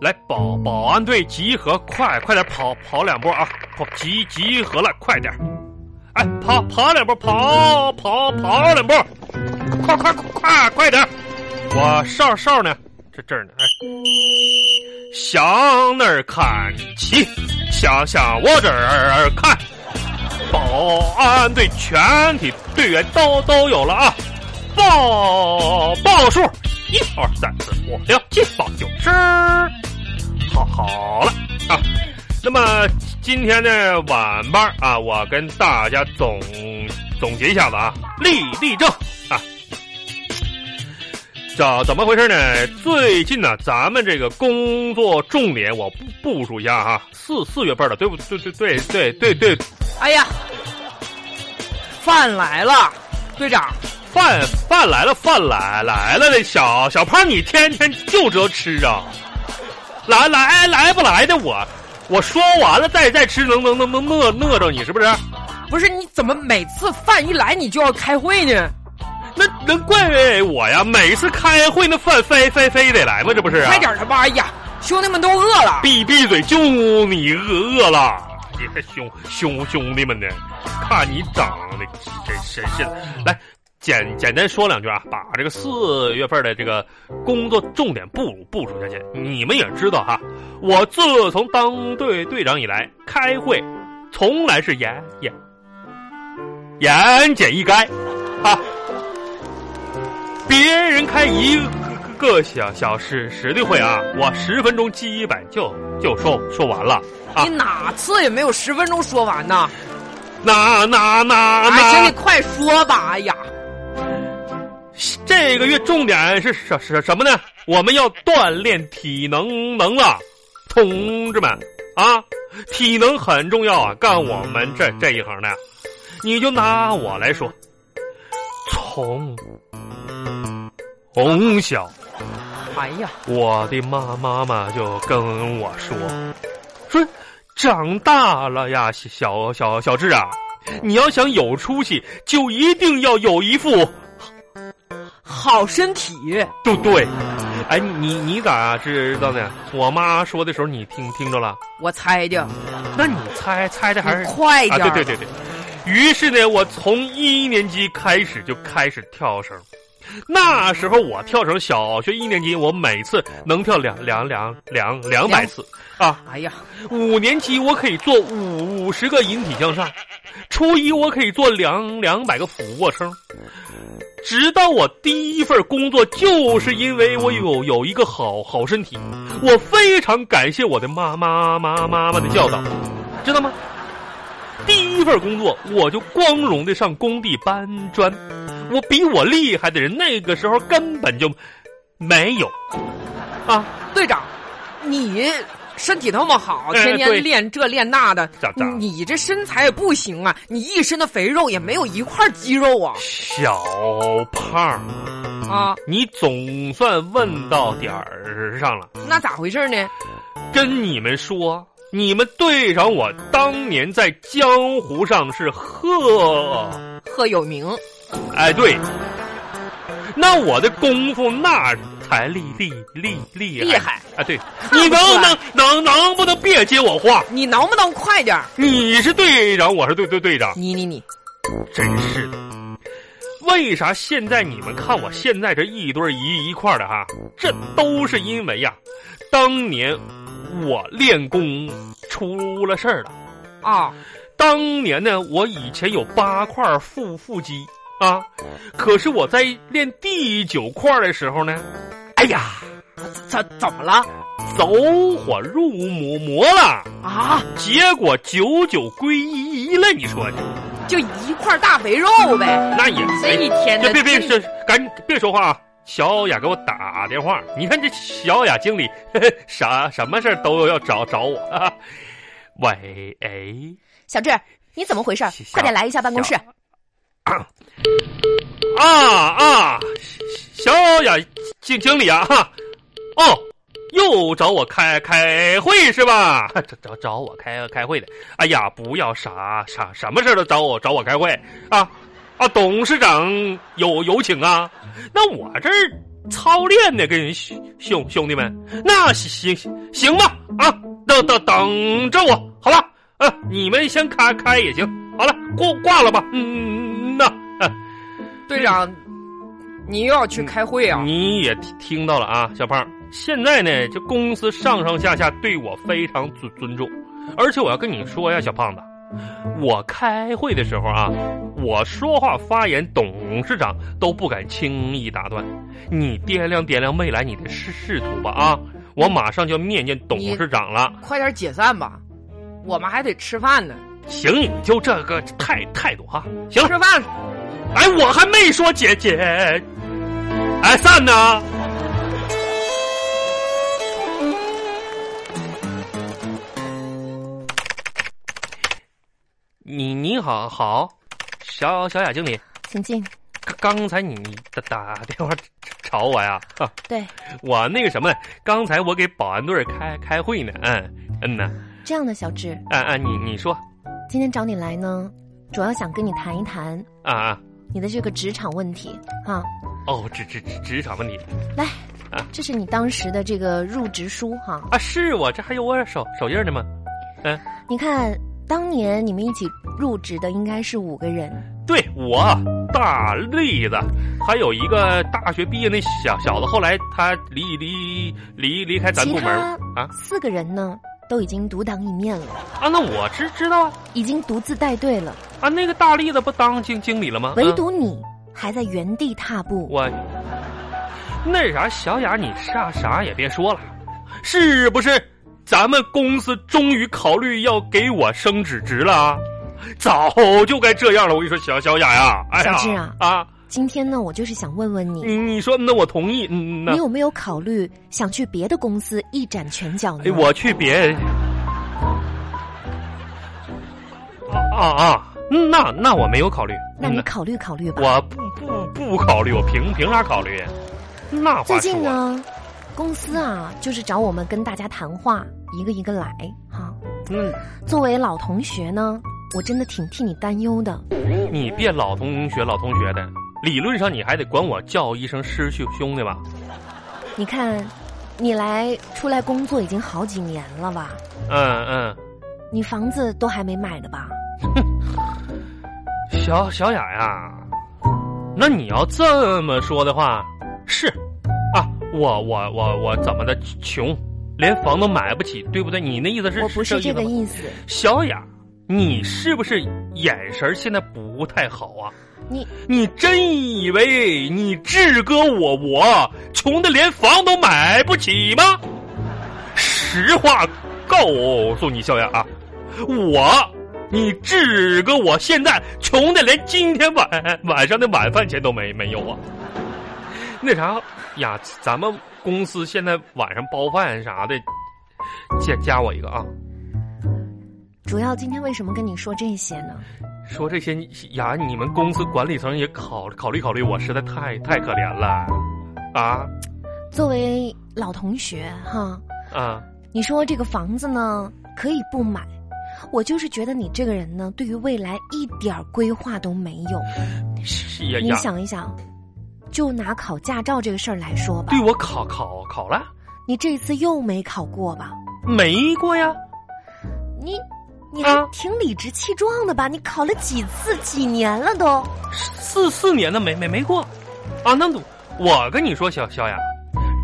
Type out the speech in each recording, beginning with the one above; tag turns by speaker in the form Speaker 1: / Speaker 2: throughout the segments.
Speaker 1: 来保保安队集合，快快点跑跑两波啊！跑集集合了，快点！哎，跑跑两步，跑跑跑两步，快快快快快点！我哨哨呢，这这儿呢，哎，向那儿看齐，想想我这儿看，保安队全体队员都都有了啊！报报数，一二三四五六七八九十，好好了啊！那么今天的晚班啊，我跟大家总总结一下子啊，立立正啊。怎怎么回事呢？最近呢、咱们这个工作重点我布部署一下哈、四四月份了，对不对？对对对对对，
Speaker 2: 哎呀，饭来了，队长，
Speaker 1: 饭饭来了，饭来来了，这小小胖你天天就知道吃啊，来来来不来的我，我说完了再再吃，能能能能饿饿着你是不是？
Speaker 2: 不是你怎么每次饭一来你就要开会呢？
Speaker 1: 那能怪我呀？每次开会那饭非非非得来吗？这不是、啊？
Speaker 2: 快点儿的吧！哎呀，兄弟们都饿了。
Speaker 1: 闭闭嘴，就你饿饿了，你这兄兄兄弟们呢？看你长得真真是的，来简简单说两句啊，把这个四月份的这个工作重点部部署下去。你们也知道哈，我自从当队队长以来，开会从来是言言言简意赅啊，别人开一个。个小小时时的会啊，我十分钟基本就就说说完了啊
Speaker 2: 你。哪次也没有十分钟说完呢？
Speaker 1: 那那那
Speaker 2: 哎，行，你
Speaker 1: 那，
Speaker 2: 快说吧！哎呀，
Speaker 1: 这个月重点是什什什么呢？我们要锻炼体能能了，同志们啊，体能很重要啊！干我们这这一行的，你就拿我来说，从从小
Speaker 2: 哎呀，
Speaker 1: 我的妈妈妈就跟我说，说长大了呀，小小小志啊，你要想有出息，就一定要有一副。
Speaker 2: 好身体，
Speaker 1: 对对，哎，你你咋知道呢？我妈说的时候你听听着了，
Speaker 2: 我猜的，
Speaker 1: 那你猜猜的还是
Speaker 2: 你快
Speaker 1: 啊？
Speaker 2: 点儿、
Speaker 1: 对对对对。于是呢，我从一年级开始就开始跳绳，那时候我跳绳，小学一年级我每次能跳两两两两两百次啊。
Speaker 2: 哎呀，
Speaker 1: 五年级我可以做五五十个引体向上，初一我可以做两两百个俯卧撑，直到我第一份工作，就是因为我有有一个好好身体，我非常感谢我的妈妈妈妈妈的教导，知道吗？第一份工作我就光荣的上工地搬砖，我比我厉害的人那个时候根本就没有，啊。
Speaker 2: 队长，你身体那么好，
Speaker 1: 哎
Speaker 2: 天
Speaker 1: 对
Speaker 2: 天练这练那的
Speaker 1: 咋咋，
Speaker 2: 你这身材也不行啊！你一身的肥肉也没有一块肌肉啊！
Speaker 1: 小胖儿，嗯
Speaker 2: 啊，
Speaker 1: 你总算问到点儿上了。
Speaker 2: 那咋回事呢？
Speaker 1: 跟你们说，你们队长我当年在江湖上是赫，
Speaker 2: 赫有名，
Speaker 1: 哎对，那我的功夫那才厉厉厉厉
Speaker 2: 厉害
Speaker 1: 啊！对，
Speaker 2: 不
Speaker 1: 你能
Speaker 2: 出来
Speaker 1: 能能能不能别接我话？
Speaker 2: 你能不能快点儿？
Speaker 1: 你是队长，我是队队队长，
Speaker 2: 你你你，
Speaker 1: 真是的。为啥现在你们看我现在这一堆儿一一块儿的哈？这都是因为呀，当年我练功出了事儿了。
Speaker 2: 啊，
Speaker 1: 当年呢，我以前有八块腹腹肌啊，可是我在练第九块的时候呢，哎呀，
Speaker 2: 怎怎么了？
Speaker 1: 走火入魔魔了，
Speaker 2: 啊，
Speaker 1: 结果九九归一了，你说呢？
Speaker 2: 就一块大肥肉呗，
Speaker 1: 那也
Speaker 2: 这一天
Speaker 1: 这
Speaker 2: 的
Speaker 1: 哎别别
Speaker 2: 真
Speaker 1: 这赶紧别说话啊！小雅给我打电话，你看这小雅经理 呵呵啥什么事儿都要找找我。 哈哈喂，哎，
Speaker 3: 小志，你怎么回事
Speaker 1: 小？
Speaker 3: 快点来一下办公室
Speaker 1: 小。啊啊，小雅经经理啊，哈，哦，又找我开开会是吧？ 找找找我开开会的。哎呀，不要啥啥什么事儿都找我找我开会啊啊！董事长有有请啊，那我这儿操练呢，跟人兄兄兄弟们，那行行行吧啊，等等等着我，好吧？啊，你们先开开也行。好了，挂挂了吧。嗯，那、啊
Speaker 2: 队长，你又要
Speaker 1: 嗯
Speaker 2: 去开会啊？
Speaker 1: 你也听听到了啊，小胖。现在呢，这公司上上下下对我非常尊尊重，而且我要跟你说呀，小胖子，我开会的时候啊，我说话发言，董事长都不敢轻易打断。你掂量掂量未来你的仕仕途吧啊！我马上就要面见董事长了，
Speaker 2: 快点解散吧，我们还得吃饭呢。
Speaker 1: 行，你就这个态态度哈。行了，
Speaker 2: 吃饭，
Speaker 1: 哎，我还没说姐姐，哎，散呢。你你好好，小小雅经理，
Speaker 3: 请进。
Speaker 1: 刚刚才你打打电话找我呀？哈
Speaker 3: 对，
Speaker 1: 我那个什么，刚才我给保安队儿开开会呢。嗯嗯呐，
Speaker 3: 这样的小智，
Speaker 1: 啊啊，你你说
Speaker 3: 今天找你来呢，主要想跟你谈一谈
Speaker 1: 啊啊，
Speaker 3: 你的这个职场问题啊。
Speaker 1: 哦，职职职职场问题
Speaker 3: 来
Speaker 1: 啊，
Speaker 3: 这是你当时的这个入职书哈、
Speaker 1: 啊，是我这还有我手手印儿呢吗？
Speaker 3: 你看，当年你们一起入职的应该是五个人，
Speaker 1: 对我啊大栗子，还有一个大学毕业那小小子，后来他离离离离开咱
Speaker 3: 其
Speaker 1: 部门
Speaker 3: 他
Speaker 1: 啊
Speaker 3: 四个人呢都已经独当一面了，
Speaker 1: 啊，那我知知道啊
Speaker 3: 已经独自带队了，
Speaker 1: 啊，那个大栗子不当经经理了吗？
Speaker 3: 唯
Speaker 1: 嗯
Speaker 3: 独你还在原地踏步。
Speaker 1: 我那啥，小雅，你啥啥也别说了，是不是？咱们公司终于考虑要给我升职职了啊！早就该这样了，我跟你说，小小雅呀，哎呀
Speaker 3: 小志啊
Speaker 1: 啊，
Speaker 3: 今天呢，我就是想问问你，
Speaker 1: 你你说那我同意，嗯那
Speaker 3: 你有没有考虑想去别的公司一展拳脚呢？
Speaker 1: 哎，我去别。啊啊啊！那那我没有考虑，
Speaker 3: 那
Speaker 1: 嗯
Speaker 3: 你考虑考虑吧。
Speaker 1: 我不不不考虑，我凭凭啥考虑？那话
Speaker 3: 最
Speaker 1: 说
Speaker 3: 近呢，公司啊，就是找我们跟大家谈话，一个一个来哈。
Speaker 1: 嗯，
Speaker 3: 作为老同学呢，我真的挺替你担忧的。
Speaker 1: 你别老同学老同学的，理论上你还得管我叫一声师兄兄弟吧？
Speaker 3: 你看，你来出来工作已经好几年了吧？
Speaker 1: 嗯嗯，
Speaker 3: 你房子都还没买的吧？
Speaker 1: 小小雅呀，那你要这么说的话，是啊，我我我我怎么的穷，连房都买不起，对不对？你那意思是
Speaker 3: 我不是这个
Speaker 1: 意思吗？
Speaker 3: 意思。
Speaker 1: 小雅，你是不是眼神儿现在不太好啊？
Speaker 3: 你
Speaker 1: 你真以为你志哥我我穷的连房都买不起吗？实话告诉你，小雅啊，我，你志哥我现在穷的连今天晚晚上的晚饭钱都没没有啊。那啥呀，咱们公司现在晚上包饭啥的，加加我一个啊。
Speaker 3: 主要今天为什么跟你说这些呢？
Speaker 1: 说这些呀，你们公司管理层也考考虑考虑我，实在太太可怜了，啊
Speaker 3: 作为老同学哈，
Speaker 1: 啊，
Speaker 3: 你说这个房子呢可以不买，我就是觉得你这个人呢，对于未来一点儿规划都没有。
Speaker 1: 是呀
Speaker 3: 你
Speaker 1: 呀，
Speaker 3: 想一想，就拿考驾照这个事儿来说吧
Speaker 1: 对，我考考考了
Speaker 3: 你这次又没考过吧？
Speaker 1: 没过呀？
Speaker 3: 你，你
Speaker 1: 啊
Speaker 3: 还挺理直气壮的吧？你考了几次、几年了都？
Speaker 1: 四四年的没没没过，啊，那我跟你说，小小雅，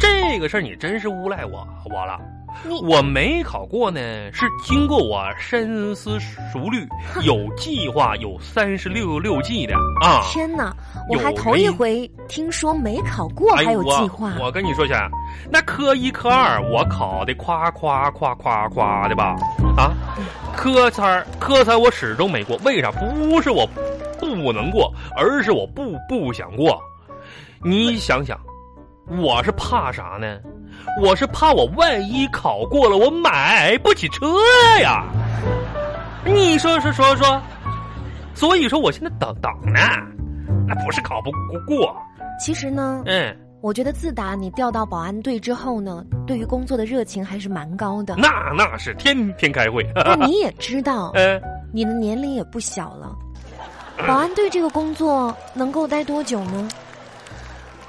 Speaker 1: 这个事儿你真是诬赖我我了。
Speaker 3: 你
Speaker 1: 我没考过呢，是经过我深思熟虑、有计划、有三十六六计的啊。
Speaker 3: 天哪！我
Speaker 1: 有
Speaker 3: 还头
Speaker 1: 原
Speaker 3: 一
Speaker 1: 因
Speaker 3: 回听说没考过
Speaker 1: 哎
Speaker 3: 还有
Speaker 1: 我
Speaker 3: 计划。嗯
Speaker 1: 我跟你说，小雅，那科一、科二我考的夸夸夸夸夸的吧？啊，科三儿、科三我始终没过，为啥？不是我不能过，而是我不不想过。你想想，我是怕啥呢？我是怕我万一考过了，我买不起车呀。你说说说说，所以说我现在等等呢，那不是考不过，
Speaker 3: 其实呢，
Speaker 1: 嗯。
Speaker 3: 我觉得自打你调到保安队之后呢，对于工作的热情还是蛮高的。
Speaker 1: 那那是天天开会。
Speaker 3: 但你也知道，
Speaker 1: 呃，
Speaker 3: 你的年龄也不小了，保安队这个工作能够待多久呢？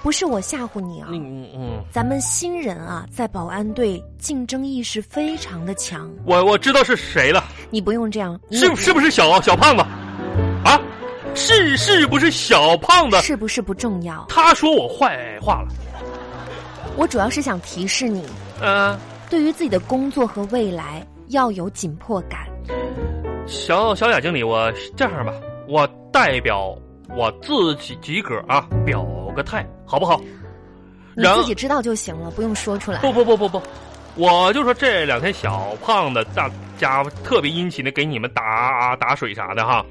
Speaker 3: 不是我吓唬你啊
Speaker 1: 那，嗯嗯，
Speaker 3: 咱们新人啊，在保安队竞争意识非常的强，
Speaker 1: 我我知道是谁了，
Speaker 3: 你不用这样，你
Speaker 1: 是是不是小小胖子？啊，是是不是小胖子？
Speaker 3: 是不是不重要？
Speaker 1: 他说我坏话了。
Speaker 3: 我主要是想提示你，
Speaker 1: 嗯、
Speaker 3: 对于自己的工作和未来要有紧迫感。
Speaker 1: 小小雅经理，我这样吧，我代表我自己己个儿啊表个态，好不好？
Speaker 3: 你
Speaker 1: 然
Speaker 3: 自己知道就行了，不用说出来。
Speaker 1: 不不不不不，我就说这两天小胖子大家伙特别殷勤的给你们打打水啥的哈。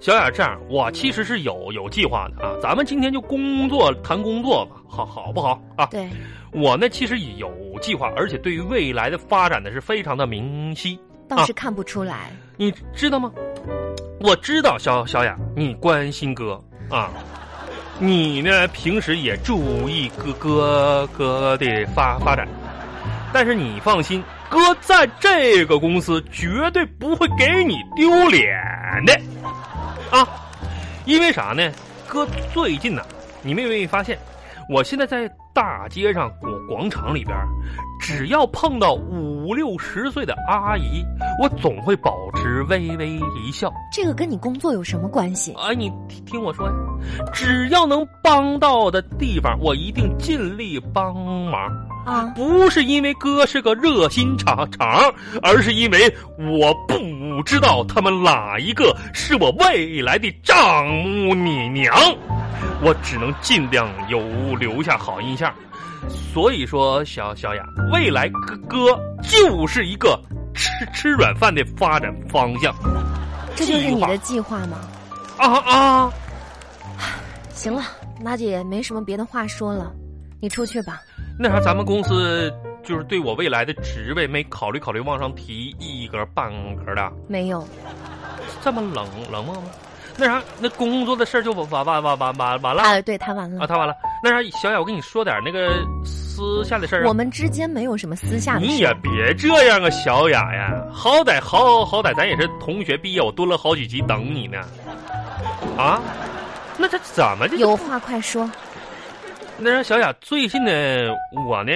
Speaker 1: 小雅，这样我其实是有有计划的啊，咱们今天就工作谈工作吧，好好不好啊？
Speaker 3: 对，
Speaker 1: 我呢其实有计划，而且对于未来的发展呢是非常的明晰，
Speaker 3: 倒是看不出来。
Speaker 1: 你知道吗？我知道小小雅，你关心哥啊，你呢平时也注意哥哥哥的发发展，但是你放心，哥在这个公司绝对不会给你丢脸的啊，因为啥呢？哥最近呢、你们有没有发现，我现在在大街上、广广场里边儿，只要碰到五六十岁的阿姨，我总会保持微微一笑。
Speaker 3: 这个跟你工作有什么关系？
Speaker 1: 哎，你听听我说呀，只要能帮到的地方，我一定尽力帮忙。
Speaker 3: 啊，
Speaker 1: 不是因为哥是个热心肠肠，而是因为我不知道他们哪一个是我未来的丈母你娘，我只能尽量有留下好印象。所以说，小小雅，未来哥哥就是一个吃吃软饭的发展方向
Speaker 3: 这就是你的计划吗？
Speaker 1: 啊啊！
Speaker 3: 行了，娜姐也没什么别的话说了，你出去吧。
Speaker 1: 那啥，咱们公司就是对我未来的职位没考虑考虑，往上提一格半格的。
Speaker 3: 没有，
Speaker 1: 这么冷冷漠吗？那啥，那工作的事儿就完完完完完完完了
Speaker 3: 哎，对，谈完了。
Speaker 1: 啊，他完了。那啥，小雅，我跟你说点儿那个私下的事儿啊。
Speaker 3: 我们之间没有什么私下的
Speaker 1: 你
Speaker 3: 事
Speaker 1: 也。别这样啊，小雅呀，好歹好好歹咱也是同学毕业，我蹲了好几集等你呢。啊，那这怎么的？
Speaker 3: 有话快说。
Speaker 1: 那啥，小雅，最近呢，我呢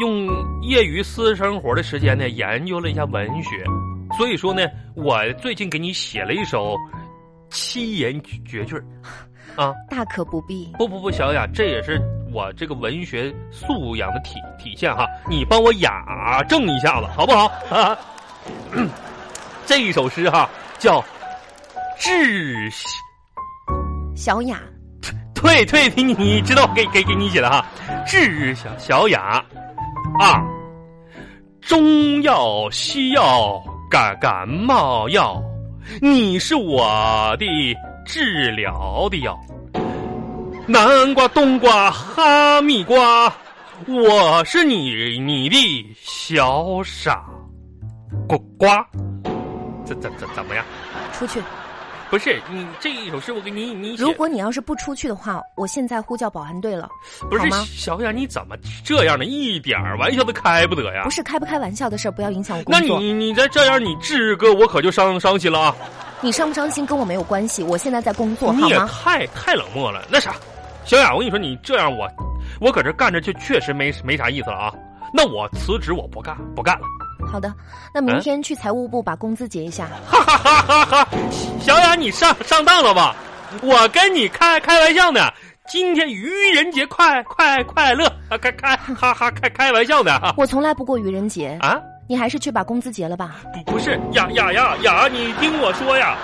Speaker 1: 用业余私生活的时间呢研究了一下文学，所以说呢，我最近给你写了一首七言绝句儿。啊
Speaker 3: 大可不必。
Speaker 1: 不不不，小雅，这也是我这个文学素养的体体现哈。你帮我雅正一下子，好不好？ 啊，这一首诗哈叫《致谢
Speaker 3: 小雅，
Speaker 1: 对对，你你知道，给给给你写的哈，治小小雅，啊，中药西药感感冒药，你是我的治疗的药。南瓜、冬瓜、哈密瓜，我是你你的小傻瓜瓜，怎怎怎怎么样？
Speaker 3: 出去。
Speaker 1: 不是你这一首诗，我给你你写
Speaker 3: 如果你要是不出去的话，我现在呼叫保安队了。
Speaker 1: 不是
Speaker 3: 好吗
Speaker 1: 小雅，你怎么这样呢？一点儿玩笑都开不得呀
Speaker 3: 不！是开不开玩笑的事儿，不要影响我工
Speaker 1: 那
Speaker 3: 作。
Speaker 1: 你你再这样，你志哥我可就伤伤心了啊！
Speaker 3: 你伤不伤心跟我没有关系，我现在在工作，
Speaker 1: 你
Speaker 3: 好
Speaker 1: 也
Speaker 3: 吗？
Speaker 1: 太太冷漠了。那啥，小雅，我跟你说，你这样我我搁这干着就确实没没啥意思了啊！那我辞职，我不干不干了。
Speaker 3: 好的，那
Speaker 1: 嗯
Speaker 3: 明天去财务部把工资结一下。
Speaker 1: 哈哈哈哈哈！小雅，你上上当了吧？我跟你开开玩笑呢。今天愚人节快快快乐啊！开开哈哈开开玩笑呢啊！
Speaker 3: 我从来不过愚人节，
Speaker 1: 啊嗯
Speaker 3: 你还是去把工资结了吧。
Speaker 1: 不不是雅雅雅雅，你听我说呀，